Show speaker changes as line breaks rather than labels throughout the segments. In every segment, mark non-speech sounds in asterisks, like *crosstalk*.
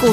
股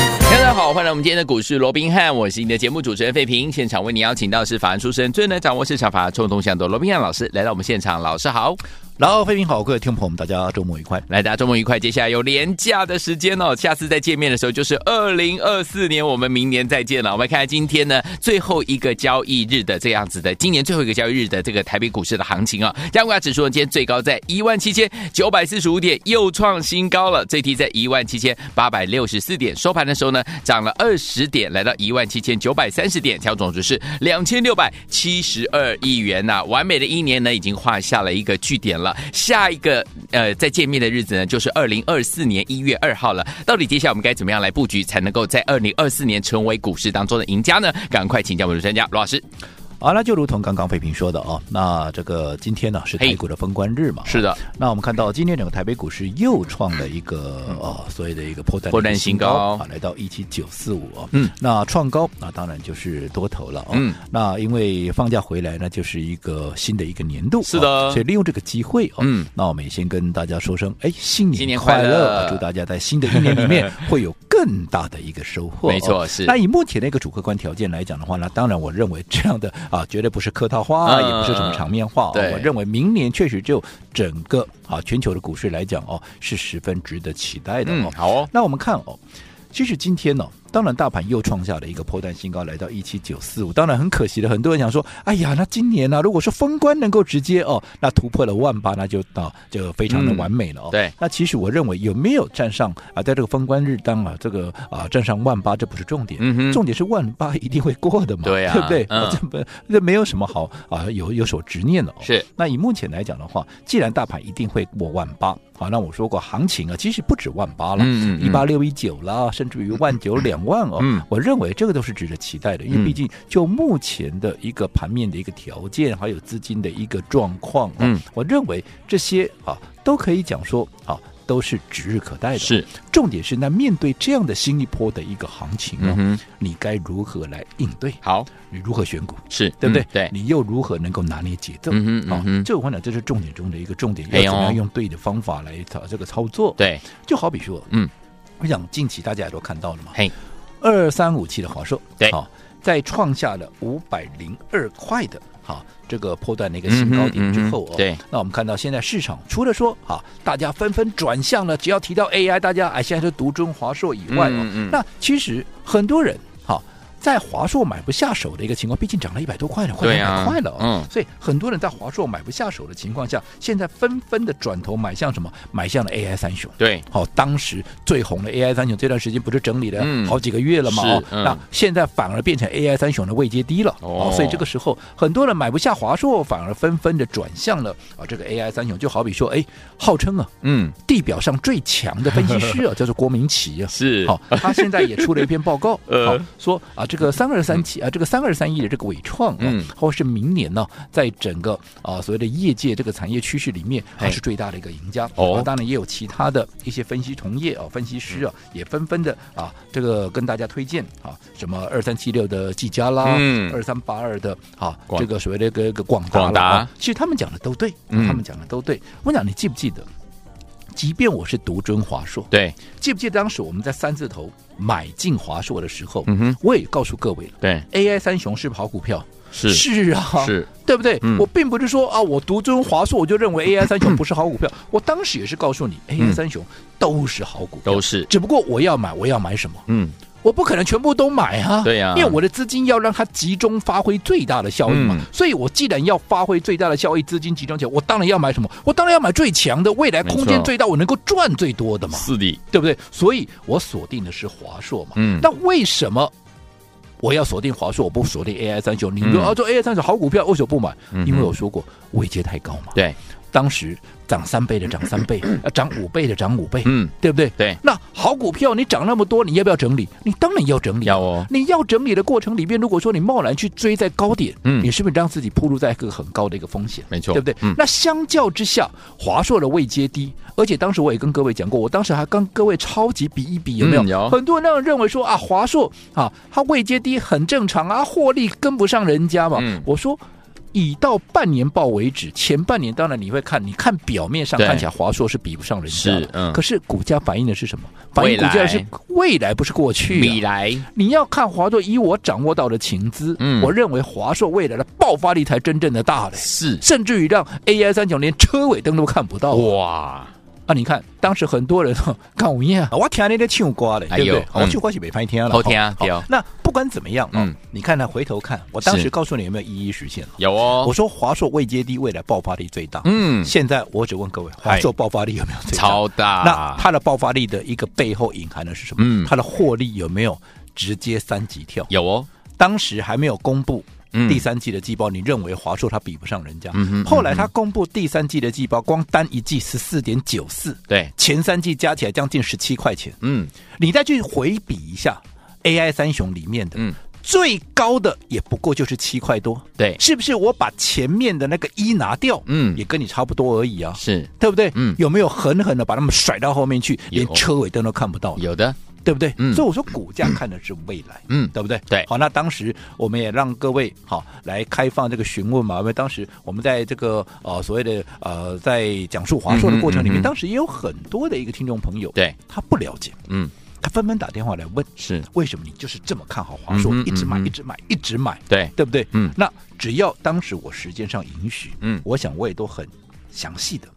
大家好，欢迎来我们今天的股市罗宾汉，我是你的节目主持人费平。现场为你邀请到的是法案出身、最能掌握市场法冲动向的罗宾汉老师来到我们现场，老师好。
然后，飞平好，各位听众朋友们，大家周末愉快。
来，大家周末愉快。接下来有廉价的时间哦，下次再见面的时候就是二零二四年，我们明年再见了。我们看看今天呢最后一个交易日的这样子的，今年最后一个交易日的这个台北股市的行情啊、哦，加权指数呢今天最高在一万七千九百四十五点，又创新高了，最低在一万七千八百六十四点，收盘的时候呢涨了二十点，来到一万七千九百三十点，调总值是两千六百七十二亿元呐、完美的一年呢已经画下了一个句点了。下一个呃再见面的日子呢，就是二零二四年一月二号了。到底接下来我们该怎么样来布局，才能够在二零二四年成为股市当中的赢家呢？赶快请教我们的专家罗老师。
好、那就如同刚刚飞平说的哦，那这个今天呢是
嘿
台股的封关日嘛？
是的，
那我们看到今天整个台北股市又创了一个、哦，所谓的一个破断
嗯破绽新高
啊，来到一七九四五哦。
嗯，
那创高那当然就是多头了哦。
嗯，
那因为放假回来呢，就是一个新的一个年度，
是的
哦所以利用这个机会哦，
嗯，
那我们也先跟大家说声哎，新
新年
年快
快乐
啊祝大家在新的一年里
*laughs*
面会有更大的一个收获、哦
没错是
那以目前的一个主客观条件来讲的话呢，当然我认为这样的啊，绝对不是客套话，
嗯
也不是什么场面话、哦。
对
我认为明年确实就整个啊全球的股市来讲哦，是十分值得期待的哦。
嗯，好哦，
那我们看哦，其实今天呢、当然大盘又创下了一个破断新高，来到一七九四五。当然很可惜的，很多人想说，哎呀，那今年呢、如果说封关能够直接哦，那突破了万八，那就啊就非常的完美了哦。
嗯对
那其实我认为有没有站上啊，在这个封关日当啊这个啊站上万八，这不是重点，
嗯哼
重点是万八一定会过的嘛，
对啊
对不对？哦
嗯
这不这没有什么好啊有有所执念的、哦。
是
那以目前来讲的话，既然大盘一定会过万八，好，那我说过行情啊，其实不止万八了，
嗯
一八六一九啦，甚至于万九两万哦，
嗯
我认为这个都是值得期待的，因为
嗯
毕竟就目前的一个盘面的一个条件，还有资金的一个状况、哦，
嗯，
我认为这些啊都可以讲说啊。都是指日可待的。
是，
重点是那面对这样的新一波的一个行情哦，
嗯哼，
你该如何来应对？
好
你如何选股？
是，
对不对？
嗯对，
你哦又如何能够拿捏节奏？
嗯哼嗯哼
啊这我讲这是重点中的一个重点，
哎
要
呦
怎么样用对的方法来操这个操作？，
对，
就好比说，
嗯，
我想近期大家也都看到了嘛，
嘿，
二三五七的华硕，
对
好、在创下了五百零二块的。好，这个破断的一个新高点之后
嗯哼
哦
嗯哼，对，
那我们看到现在市场除了说啊，大家纷纷转向了，只要提到 AI，大家哎现在是独尊华硕以外哦，
嗯嗯嗯
那其实很多人好在华硕买不下手的一个情况，毕竟涨了一百多块了，快
对
两
啊
百块了、哦，
嗯
所以很多人在华硕买不下手的情况下，现在纷纷的转头买向什么？买向了 AI 三雄。
对，
好、当时最红的 AI 三雄这段时间不是整理了
嗯
好几个月了嘛？
是
哦，
嗯
那现在反而变成 AI 三雄的位阶低了
哦
所以这个时候很多人买不下华硕，反而纷纷的转向了啊这个 AI 三雄，就好比说，哎，号称啊
嗯，
地表上最强的分析师
*laughs*
啊，叫做郭明奇啊。
是，
好，他现在也出了一篇报告，
*laughs* 呃
好说啊，这个三二三七啊，这个三二三一的这个伟创啊，
嗯
或是明年呢、在整个啊所谓的业界这个产业趋势里面，还
嘿
是最大的一个赢家。
哦
啊当然也有其他的一些分析同业啊，分析师啊，也纷纷的啊，这个跟大家推荐啊，什么二三七六的技嘉啦，
嗯
二三八二的啊，
广
这个所谓的一个一个广达啦
广达
啊其实他们讲的都对，
嗯
他们讲的都对。我讲你记不记得？即便我是独尊华硕，
对，
记不记得当时我们在三字头买进华硕的时候，
嗯哼，
我也告诉各位了
对，
，AI 三雄是不是好股票？
是
啊，
是，
对不对？
嗯
我并不是说啊，我独尊华硕，我
*laughs*
就认为 AI 三雄不是好股票。我当时也是告诉你，AI 三雄都是好股票，
嗯都是，
只不过我要买，我要买什么？
嗯，
我不可能全部都买啊，
对呀
因为我的资金要让它集中发挥最大的效益嘛。
嗯
所以我既然要发挥最大的效益，资金集中起来，我当然要买什么？我当然要买最强的，未来空
没
间
错
最大，我能够赚最多的嘛。
四的，
对不对？所以我锁定的是华硕嘛。
嗯
那为什么我要锁定华硕，我不锁定 AI 三九？你说
嗯
啊，这 AI 三九好股票，为什么不买？
嗯哼
因为我说过，位阶太高嘛。
对，
当时涨三倍的涨
*coughs*
三倍，啊涨五倍的涨五倍，
嗯，
对不对？
对
那好股票你涨那么多，你要不要整理？你当然要整理啊。
要哦，
你要整理的过程里面，如果说你贸然去追在高点，
嗯
你是不是让自己暴露在一个很高的一个风险？
没错
对不对？
嗯
那相较之下，华硕的位阶低，而且当时我也跟各位讲过，我当时还跟各位超级比一比，有没有？
嗯有
很多人让认为说啊，华硕啊，它位阶低很正常啊，获利跟不上人家嘛。
嗯
我说。以到半年报为止，前半年当然你会看，你看表面上
对
看起来华硕是比不上人家的
是嗯
可是股价反映的是什么？反映
未
股
来
价是未来，不是过去、啊。
米来，
你要看华硕，以我掌握到的情资，
嗯
我认为华硕未来的爆发力才真正的大嘞，
是
甚至于让 AI 三九连车尾灯都看不到
哇，
啊！你看，当时很多人 *laughs* 呵看我呀，啊我听你在唱歌嘞，
哎
对不
呦
对？我
嗯
唱歌是没拍天了，
好听啊
好
对哦
那不管怎么样，
嗯
嗯，你看呢，回头看，我当
是
时告诉你有没有一一实现了？
有哦，
我说华硕未接低，未来爆发力最大。
嗯，
现在我只问各位，华硕爆发力有没有最大？
超大，
那它的爆发力的一个背后隐含的是什么？
嗯
它的获利有没有直接三级跳？
有哦，
当时还没有公布
嗯
第三季的季报，你认为华硕它比不上人家？
嗯哼嗯哼
后来它公布第三季的季报，光单一季十四点九四，
对，
前三季加起来将近十七块钱。
嗯，
你再去回比一下 AI 三雄里面的，
嗯
最高的也不过就是七块多，
对，
是不是？我把前面的那个一拿掉，
嗯
也跟你差不多而已啊。
是
对不对？
嗯
有没有狠狠的把他们甩到后面去，
有
连车尾灯都看不到？
有的，
对不对？
嗯
所以我说股价看的是未来，
嗯
对不对？
对
好，那当时我们也让各位好来开放这个询问嘛，因为当时我们在这个呃所谓的呃在讲述华硕的过程里
嗯
面，
哼嗯哼
当时也有很多的一个听众朋友，
对，
他不了解，
嗯，
他纷纷打电话来问，
是
为什么你就是这么看好华硕，
嗯哼
一直买，
嗯哼
一直买，一直买，
对，
对不对？
嗯
那只要当时我时间上允许，
嗯
我想我也都很详细的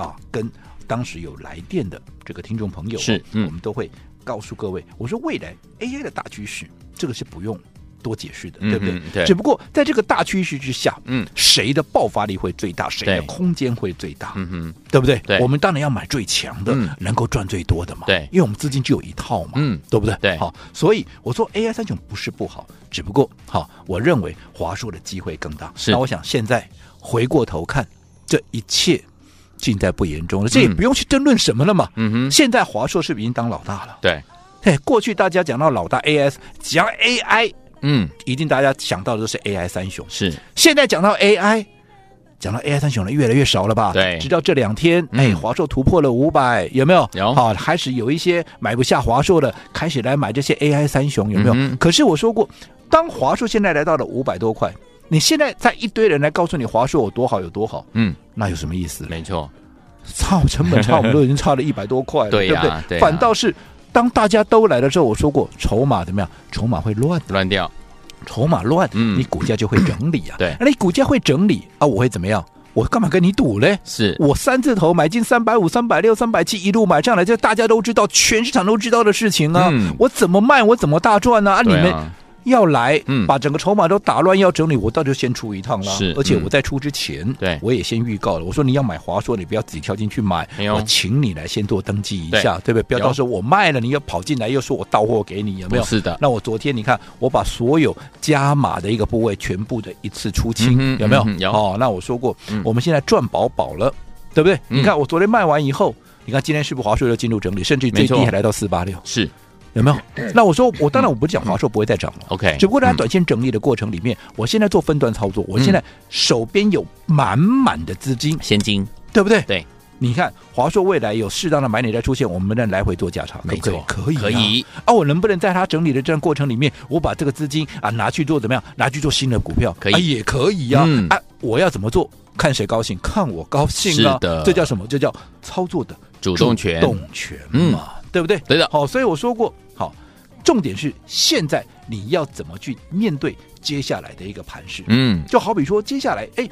啊，跟当时有来电的这个听众朋友啊，
是嗯
我们都会告诉各位，我说未来 AI 的大趋势，这个是不用多解释的，
嗯
对不对
嗯？对
只不过在这个大趋势之下，
嗯，
谁的爆发力会最大，谁的
对
空间会最大，
嗯哼，
对不对？
对
我们当然要买最强的，
嗯
能够赚最多的嘛。
对
因为我们资金只有一套嘛，
嗯
对不对？
对
好，所以我说 AI 三雄不是不好，只不过好，我认为华硕的机会更大。
是
那我想现在回过头看，这一切尽在不言中了，这也
嗯
不用去争论什么了嘛。
嗯哼，
现在华硕是不是已经当老大了？
对，
嘿，过去大家讲到老大 AS，只要 AI，
嗯，
一定大家想到的都是 AI 三雄。
是
现在讲到 AI，讲到 AI 三雄了，越来越少了吧？
对
直到这两天，
嗯
哎，华硕突破了五百，有没有？
有
好，开始有一些买不下华硕的，开始来买这些 AI 三雄，有没有？
嗯哼
可是我说过，当华硕现在来到了五百多块，你现在在一堆人来告诉你华硕有多好有多好，
嗯，
那有什么意思？
没错，
差成本差我们都已经差了一百多块
*laughs*
了，
对呀
不对？
对呀
反倒是。当大家都来的时候，我说过筹码怎么样？筹码会乱的
乱掉，
筹码乱，
嗯
你股价就会整理啊。
对
那你股价会整理啊，我会怎么样？我干嘛跟你赌嘞？
是
我三字头买进三百五、三百六、三百七，一路买上来，这大家都知道，全市场都知道的事情啊。
嗯
我怎么卖，我怎么大赚呢、啊？你
对
们
啊
要来，
嗯
把整个筹码都打乱，要整理，我到就先出一趟啦。
是
而且
嗯
我在出之前，
对
我也先预告了，我说你要买华硕，你不要自己跳进去买
哎，呦
我请你来先做登记一下，对不对？不要
有
到时候我卖了，你又跑进来又说我到货给你，有没有？
不是的
那我昨天你看，我把所有加码的一个部位全部的一次出清，
嗯哼
有没有？
嗯哼有
哦，那我说过，
嗯
我们现在赚饱饱了，对不对？
嗯
你看我昨天卖完以后。你看今天是不是华硕又进入整理，甚至于最
没错
低还来到四八六，
是
有没有？那我说，我当然我不是讲华硕不会再涨了，
OK，
只不过在
嗯
短线整理的过程里面，我现在做分段操作，我现在手边有满满的资金，
现金，
对不对？
对，
你看华硕未来有适当的买点再出现，我们再来回做价差，可
没
不可以
错？，
可以啊，
可以，
啊！我能不能在它整理的这样过程里面，我把这个资金啊拿去做怎么样？拿去做新的股票，
可以
啊、也可以呀、啊。
嗯
我要怎么做？看谁高兴，看我高兴啊！
是的
这叫什么？这叫操作的
主动权嗯
主动权嘛，对不对？
对的
好，所以我说过，好，重点是现在你要怎么去面对接下来的一个盘势。
嗯，
就好比说，接下来，哎，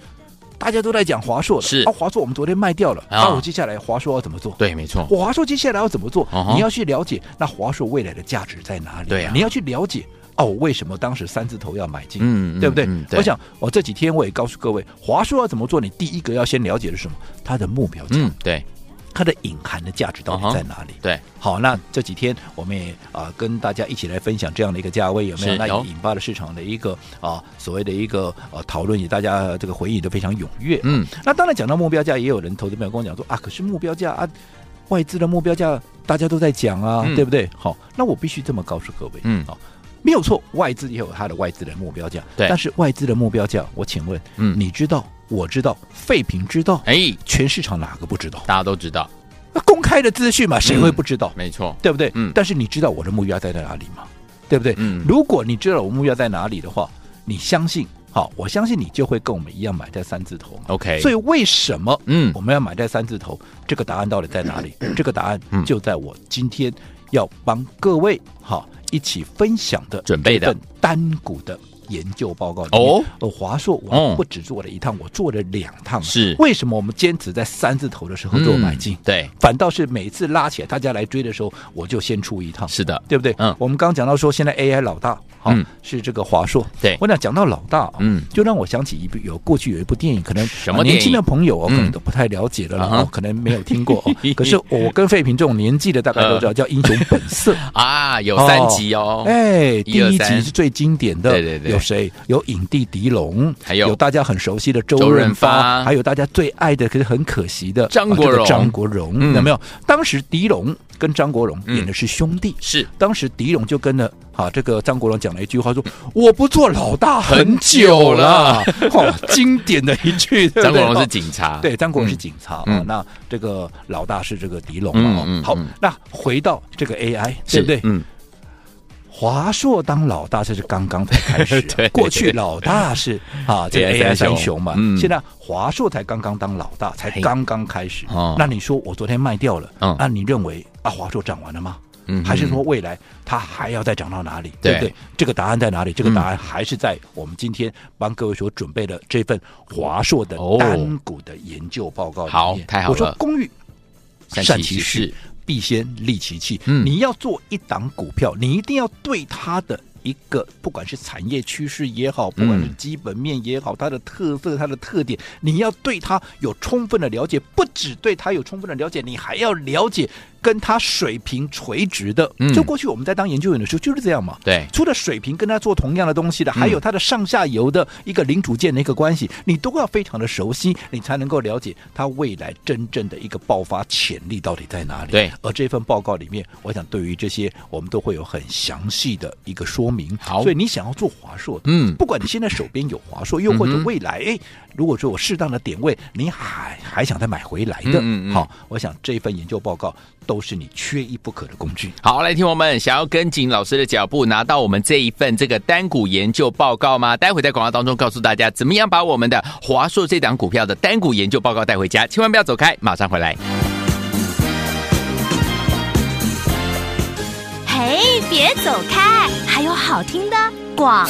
大家都在讲华硕了，
是
啊，华硕我们昨天卖掉了，
啊
啊，我接下来华硕要怎么做？
对，没错，
我华硕接下来要怎么做
嗯？哼
你要去了解那华硕未来的价值在哪里？
对啊
你要去了解哦，我为什么当时三字头要买进？
嗯嗯
对不对
嗯？对
我想我这几天我也告诉各位，华硕要怎么做，你第一个要先了解的是什么？它的目标价。
嗯，对，
它的隐含的价值到
嗯
底
哼
在哪里？
对，
好，那这几天我们也啊、跟大家一起来分享这样的一个价位有没有？
是
那也
有
引发了市场的一个啊、所谓的一个呃讨论，也大家呃这个回应都非常踊跃。
嗯，
那当然讲到目标价，也有人投资朋友跟我讲说啊，可是目标价啊，外资的目标价大家都在讲啊，
嗯
对不对？好，那我必须这么告诉各位，
嗯
好、没有错，外资也有它的外资的目标价，
对
但是外资的目标价，我请问，
嗯
你知道，我知道，废品知道，
哎，
全市场哪个不知道？
大家都知道，
那公开的资讯嘛，谁会不知道？
没错，
对不对？
嗯
但是你知道我的目标在哪里吗？对不对？
嗯
如果你知道我目标在哪里的话，你相信，好，我相信你就会跟我们一样买在三字头嘛。
，OK，
所以为什么
嗯
我们要买在三字头？这个答案到底在哪里？这个答案
嗯
就在我今天要帮各位好一起分享的
准备的
这份单股的研究报告里面
哦。
呃，华硕
哦
我不只做了一趟，我做了两趟。啊
是
为什么我们坚持在三字头的时候做买进？
嗯对，
反倒是每次拉起来大家来追的时候，我就先出一趟，
是的，
对不对？
嗯
我们刚讲到说，现在 AI 老大好、
嗯
是这个华硕，
对
我想讲到老大、啊，
嗯
就让我想起一部有过去有一部电影，可能
什么
啊
电影
年轻的朋友哦，可
嗯
能都不太了解的了，
啊哈
哦可能没有听过、哦。
*laughs*
可是我跟费平这种年纪的大概都知道，叫《英雄本色》。
啊，嗯 *laughs* 有三集哦，
哎，第
二
一
三
集是最经典的，
对对对
有谁？有影帝狄龙，
还有
大家很熟悉的周
周润
润发，
发
还有大家最爱的，可是很可惜的
张
啊
国
这个
荣
张国荣
嗯
有没有？当时狄龙跟张国荣
嗯
演的是兄弟，
是
当时狄龙就跟了啊这个张国荣讲了一句话说，我不做老大很
久
久了， *laughs* 哦，经典的一句，对不
张
对
国荣是
哦
警察，
对，张国荣是
嗯
警察啊、
嗯
哦那这个老大是这个狄龙嘛、哦
嗯嗯
好
嗯，
那回到这个 AI，
是
对不对？
嗯，
华硕当老大，这是刚刚才开始
*laughs* 对
啊。过去老大是
*laughs*
啊，这个
AI
AI
三
三
雄
雄嘛
嗯。
现在华硕才刚刚当老大，才
嘿
刚刚开始
哦。
那你说我昨天卖掉了
嗯，
那你认为啊，华硕涨完了吗？
嗯
还是说未来它还要再涨到哪里？
对嗯
对不对？这个答案在哪里？这个答案还是在我们今天帮各位所准备的这份华硕的
哦
单股的研究报告里面。
好太好了
我说公寓
善其事
事，必先利其器。
嗯
你要做一档股票，你一定要对它的。一个不管是产业趋势也好，不管是
嗯
基本面也好，它的特色、它的特点，你要对它有充分的了解。不只对它有充分的了解，你还要了解跟它水平垂直的。
嗯
就过去我们在当研究员的时候就是这样嘛。
对，嗯
除了水平跟它做同样的东西的，还有它的上下游的一个零组件的一个关系，你都要非常的熟悉，你才能够了解它未来真正的一个爆发潜力到底在哪里。
对，
而这份报告里面，我想对于这些我们都会有很详细的一个说明。
好
所以你想要做华硕的，
嗯
不管你现在手边有华硕，又或者未来，哎、如果说我适当的点位，你还还想再买回来的，
嗯嗯嗯
好，我想这份研究报告都是你缺一不可的工具。
好，来听我们想要跟紧老师的脚步，拿到我们这一份这个单股研究报告吗？待会在广告当中告诉大家，怎么样把我们的华硕这档股票的单股研究报告带回家，千万不要走开，马上回来。
嘿，别走开，还有好听的广。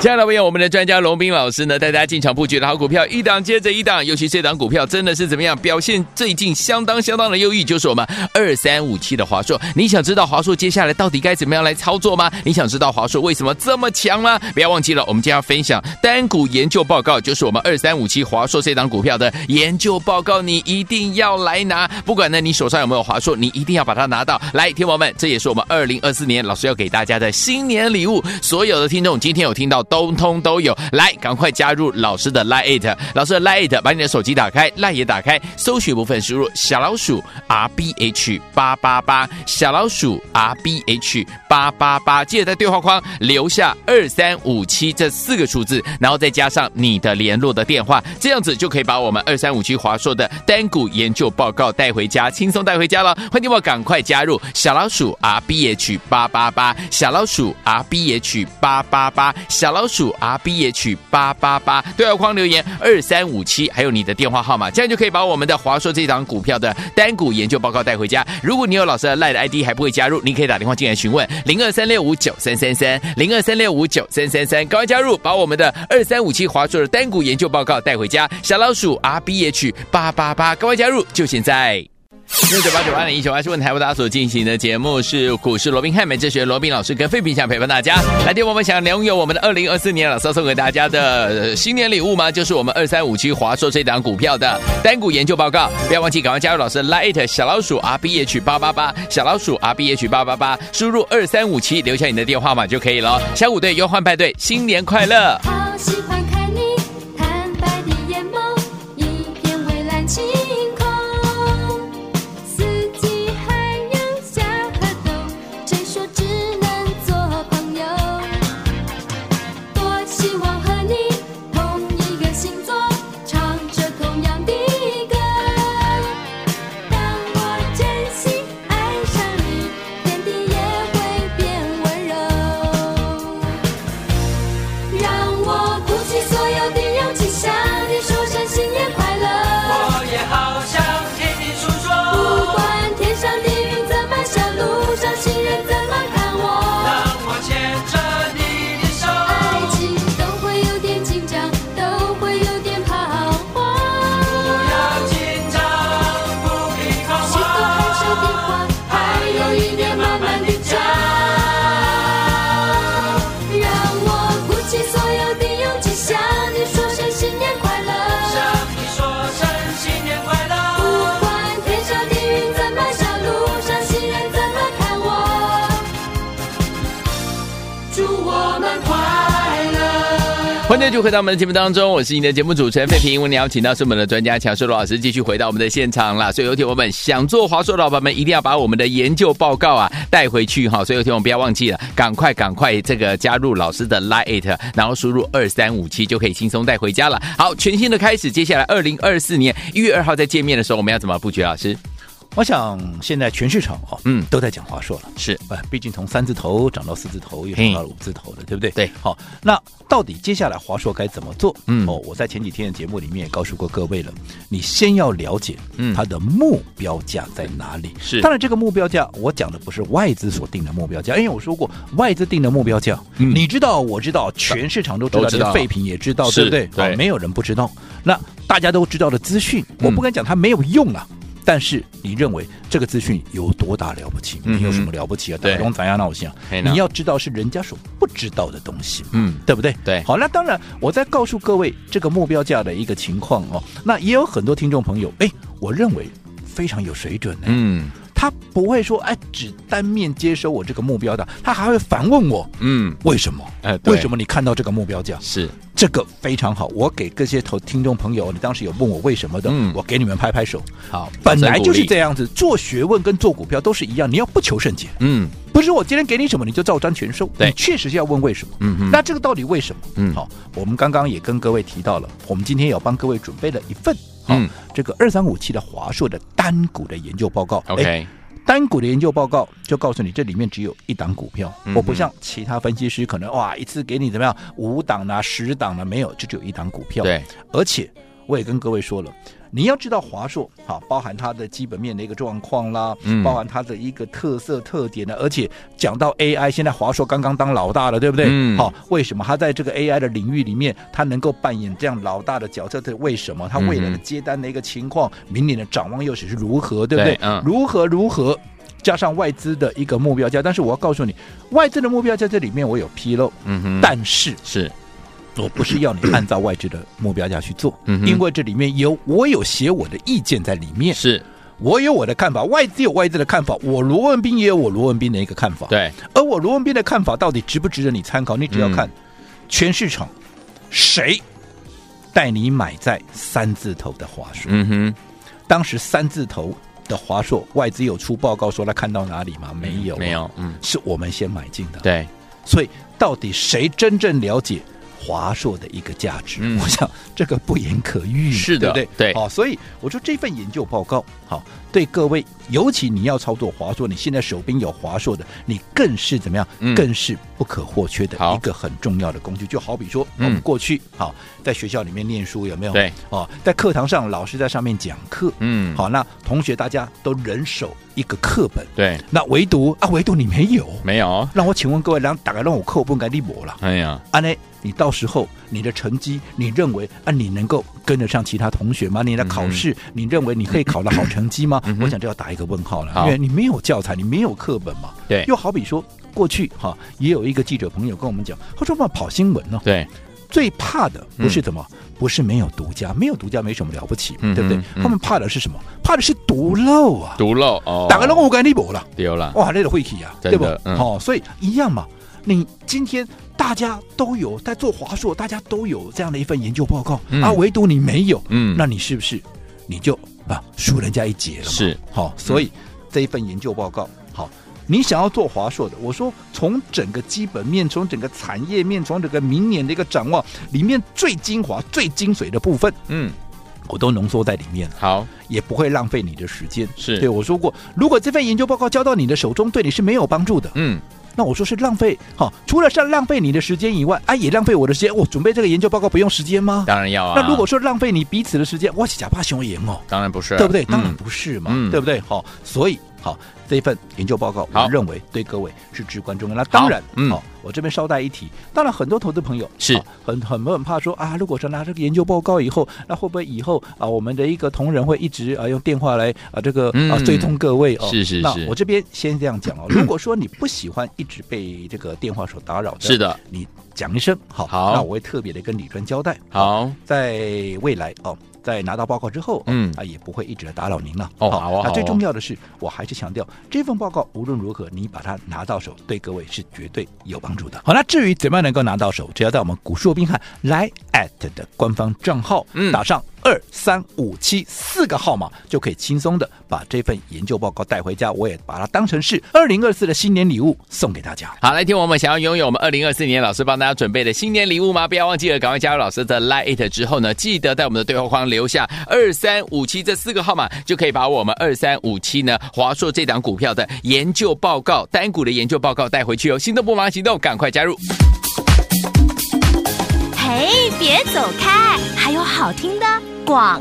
亲爱的朋友，我们的专家龙斌老师呢，带大家进场布局的好股票，一档接着一档，尤其这档股票真的是怎么样表现，最近相当相当的优异，就是我们二三五七的华硕。你想知道华硕接下来到底该怎么样来操作吗？你想知道华硕为什么这么强吗？不要忘记了，我们今天要分享单股研究报告，就是我们二三五七华硕这档股票的研究报告，你一定要来拿。不管呢你手上有没有华硕，你一定要把它拿到。来，天王们，这也是我们二零二四年老师要给大家的新年礼物。所有的听众今天有听到，通通都有。来，赶快加入老师的 Lite，老师的 Lite，把你的手机打开，Lite 也打开，搜寻部分输入小老鼠 R B H 八八八，小老鼠 R B H 八八八，记得在对话框留下二三五七这四个数字，然后再加上你的联络的电话，这样子就可以把我们二三五七华硕的单股研究报告带回家，轻松带回家了。欢迎我赶快加入小老鼠 R B H 八八八，小老鼠 R B H 八八八，小老鼠 R B H 八八八，对话框留言二三五七，还有你的电话号码，这样就可以把我们的华硕这档股票的单股研究报告带回家。如果你有老师的赖的 ID 还不会加入，你可以打电话进来询问零二三六五九三三三零二三六五九三三三，赶快加入，把我们的二三五七华硕的单股研究报告带回家。小老鼠 R B H 八八八，赶快加入，就现在。六九八九八零一九八是问台湾大家所进行的节目是股市罗宾汉美哲学罗宾老师跟费平想陪伴大家。来电我们想拥有我们的二零二四年老师送给大家的呃新年礼物吗？就是我们二三五区华硕这档股票的单股研究报告。不要忘记赶快加入老师 Light 小老鼠 R B H 八八八小老鼠 R B H 八八八，输入二三五七留下你的电话号码就可以了。小虎队忧欢派对，新年快乐！
好喜欢看你坦白的眼眸，一片蔚蓝晴空。四季还有小河东，谁说只能做朋友？多希望和你同一个星座，唱着同样的歌。当我真心爱上你，天地也会变温柔。让我鼓起所有的勇气，向你说声新年快乐。
我也好想听你诉
不
说，
管天上的云怎么笑，路上行人怎么看我，
让我牵着你的手，
爱情都会有点紧张，都会有点彷
不
徨。
要紧张，不必恐
许多害羞的
慌，
话，还有一年慢慢的讲。让我鼓起所有的勇气，向你说声新年快乐。
向你说声新年快
不
乐。
管天上的云怎么笑，路上行人怎么看我，
祝我们快乐。
欢迎继续回到我们的节目当中，我是你的节目主持人费平。为你邀请到是我们的专家强硕罗老师，继续回到我们的现场啦。所以有铁友们想做华硕的老板们，一定要把我们的研究报告啊带回去哈。所以有铁友们不要忘记了，赶快赶快这个加入老师的 Lite，然后输入二三五七就可以轻松带回家了。好，全新的开始，接下来二零二四年一月二号再见面的时候，我们要怎么布局？啊老师
我想现在全市场哦，
嗯
都在讲华硕了。
是
呃，毕竟从三字头涨到四字头，又
嘿
涨到了五字头了，对不对？
对
好，那到底接下来华硕该怎么做？
嗯
哦，我在前几天的节目里面也告诉过各位了，你先要了解，
嗯
它的目标价在哪里。
是
当然这个目标价我讲的不是外资所定的目标价，因为我说过外资定的目标价，
嗯
你知道，我知道，全市场都知道，
都知道
连废品也知道，
是
对不对？
对
好没有人不知道。那大家都知道的资讯，
嗯
我不敢讲它没有用了。但是你认为这个资讯有多大了不起？
嗯哼
你有什么了不起啊？
对
打工咱要闹心啊
嘿！呐
你要知道是人家所不知道的东西，
嗯
对不对？
对
好，那当然，我在告诉各位这个目标价的一个情况哦。那也有很多听众朋友，哎，我认为非常有水准呢、
嗯
他不会说哎，只单面接收我这个目标的，他还会反问我
嗯
为什么？
哎对
为什么你看到这个目标价？
是
这个非常好，我给这些投听众朋友，你当时有问我为什么的，
嗯
我给你们拍拍手。
好
本来就是这
样，
样子，做学问跟做股票都是一样，你要不求甚解，
嗯
不是我今天给你什么你就照章全收，
对
你确实是要问为什么。
嗯哼
那这个到底为什么？
嗯
好，我们刚刚也跟各位提到了，我们今天也有帮各位准备了一份，好
嗯
这个二三五七的华硕的单股的研究报告。哎
，OK，
单股的研究报告就告诉你，这里面只有一档股票，
嗯哼
我不像其他分析师可能哇一次给你怎么样五档啊十档啊没有，就只有一档股票。
对，
而且我也跟各位说了，你要知道华硕好，包含它的基本面的一个状况啦，
嗯
包含它的一个特色特点呢。而且讲到 AI，现在华硕刚刚当老大了，对不对？
嗯
好，为什么它在这个 AI 的领域里面，它能够扮演这样老大的角色？这为什么？它未来
嗯
的
哼
接单的一个情况，明年的展望又是如何，对不对？
嗯对嗯
如何如何？加上外资的一个目标价，但是我要告诉你，外资的目标价这里面我有纰漏，
嗯哼
但是
是
我不是要
*clears throat*
你按照外资的目标价去做，
嗯哼
因为这里面有我有写我的意见在里面，
是，
我有我的看法，外资有外资的看法，我罗文斌也有我罗文斌的一个看法，，
对，
而我罗文斌的看法到底值不值得你参考？你只要
嗯
看全市场谁带你买在三字头的华硕，
嗯哼。
当时三字头的华硕外资有出报告说他看到哪里吗？没有，啊
没，有，嗯，
是我们先买进的，
对，
所以到底谁真正了解华硕的一个价值？
嗯
我想这个不言可喻，
是的
对不对？
对
好、所以我说这份研究报告，好、对各位，尤其你要操作华硕，你现在手边有华硕的，你更是怎么样？
嗯
更是不可或缺的
好
一个很重要的工具。就好比说，我
嗯
们过去好、在学校里面念书有没有？
对，
哦，在课堂上老师在上面讲课，
嗯，，
好，那同学大家都人手一个课本，
对，
那唯独啊，唯独你没有，
没有，
让我请问各位，让大概让我扣不该你抹了。
哎呀，
安呢，你到时候你的成绩，你认为啊，你能够跟得上其他同学吗？你的考试，你认为你可以考得好成绩吗？吗？
嗯嗯哼
我想这要打一个问号了，
好
因为你没有教材，你没有课本嘛。
对
又好比说，过去哈、也有一个记者朋友跟我们讲，他说嘛，跑新闻呢、
对，嗯
最怕的不是怎么，不是没有独家，没有独家没什么了不起，
嗯哼
对不对？
嗯
他们怕的是什么？怕的是毒漏啊！
毒漏哦，
打个龙我干你不了，
丢了，
哇，那个晦气啊，
真
对
的
不？
嗯
哦，所以一样嘛。你今天大家都有在做华硕，大家都有这样的一份研究报告、
嗯
啊，唯独你没有，
嗯
那你是不是你就啊输人家一截了嘛？
是嗯
好、所以这一份研究报告，好、你想要做华硕的，我说从整个基本面、从整个产业面、从整个明年的一个展望里面最精华、最精髓的部分，
嗯，
我都浓缩在里面了，
好，
也不会浪费你的时间。
是
对我说过，如果这份研究报告交到你的手中，对你是没有帮助的。
嗯，
那我说是浪费，好、除了是浪费你的时间以外，啊，也浪费我的时间。我准备这个研究报告不用时间吗？
当然要啊。
那如果说浪费你彼此的时间，我是假怕熊言哦。
当然不是，
对不对？当然
嗯
不是嘛，
嗯
对不对？好，所以好这一份研究报告，
好
我认为对各位是至关重要。那当然，
嗯
好，我这边捎带一提，当然很多投资朋友
是
好啊很很很怕说啊，如果说拿这个研究报告以后，那会不会以后啊，我们的一个同仁会一直啊用电话来啊这个啊
嗯
追踪各位哦？
是是
那
是
我这边先这
*coughs*
样讲哦，如果说你不喜欢一直被这个电话所打扰的，
是的，
你讲一声好，
好
那我会特别的跟李专交代。
好，
在未来哦，在拿到报告之后，
嗯
啊，也不会一直来打扰您了。
哦好哦好
那
哦
最重要的是，我还是强调，这份报告无论如何，你把它拿到手，对各位是绝对有帮助的。好，那至于怎么样能够拿到手，只要在我们古树宾汉 Line at 的官方账号，
嗯
打上二三五七四个号码，就可以轻松的把这份研究报告带回家。我也把它当成是二零二四的新年礼物送给大家。
好，来听我们想要拥有我们二零二四年老师帮大家准备的新年礼物吗？不要忘记了，赶快加入老师的 Like It 之后呢，记得在我们的对话框留下二三五七这四个号码，就可以把我们二三五七呢华硕这档股票的研究报告单股的研究报告带回去哦。心动不忙行动，赶快加入。
嘿，别走开，还有好听的广。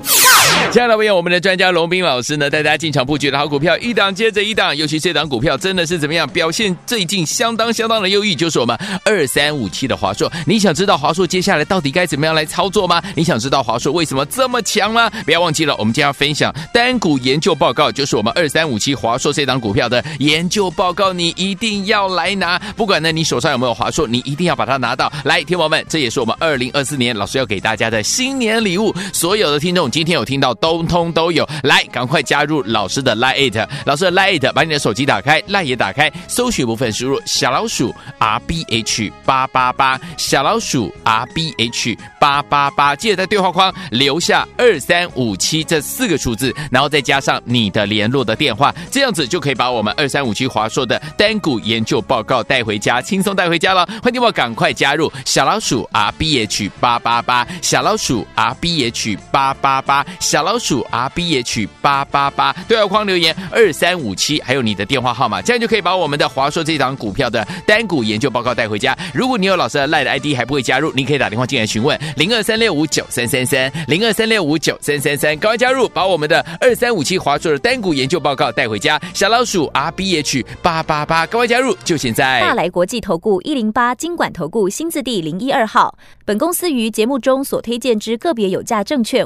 亲爱的朋友我们的专家龙斌老师呢，带大家进场布局的好股票，一档接着一档，尤其这档股票真的是怎么样表现，最近相当相当的优异，就是我们二三五七的华硕。你想知道华硕接下来到底该怎么样来操作吗？你想知道华硕为什么这么强吗？不要忘记了，我们今天要分享单股研究报告，就是我们二三五七华硕这档股票的研究报告，你一定要来拿。不管呢你手上有没有华硕，你一定要把它拿到。来，听友们，这也是我们二零二四年老师要给大家的新年礼物。所有的听众今天有听到，通通都有。来，赶快加入老师的 Line It，老师的 Line It，把你的手机打开，Line 也打开，搜寻部分输入小老鼠 R B H 八八八，小老鼠 R B H 八八八，记得在对话框留下二三五七这四个数字，然后再加上你的联络的电话，这样子就可以把我们二三五七华硕的单股研究报告带回家，轻松带回家了。欢迎我赶快加入小老鼠 R B H 八八八，小老鼠 R B H 八八八，小老鼠 R B H 八八八，对话框留言二三五七，还有你的电话号码，这样就可以把我们的华硕这档股票的单股研究报告带回家。如果你有老师的赖的 ID 还不会加入，你可以打电话进来询问零二三六五九三三三零二三六五九三三三，赶快加入，把我们的二三五七华硕的单股研究报告带回家。小老鼠 R B H 八八八，赶快加入，就现在。
大来国际投顾一零八金管投顾新字第零一二号。本公司于节目中所推荐之个别有价证券，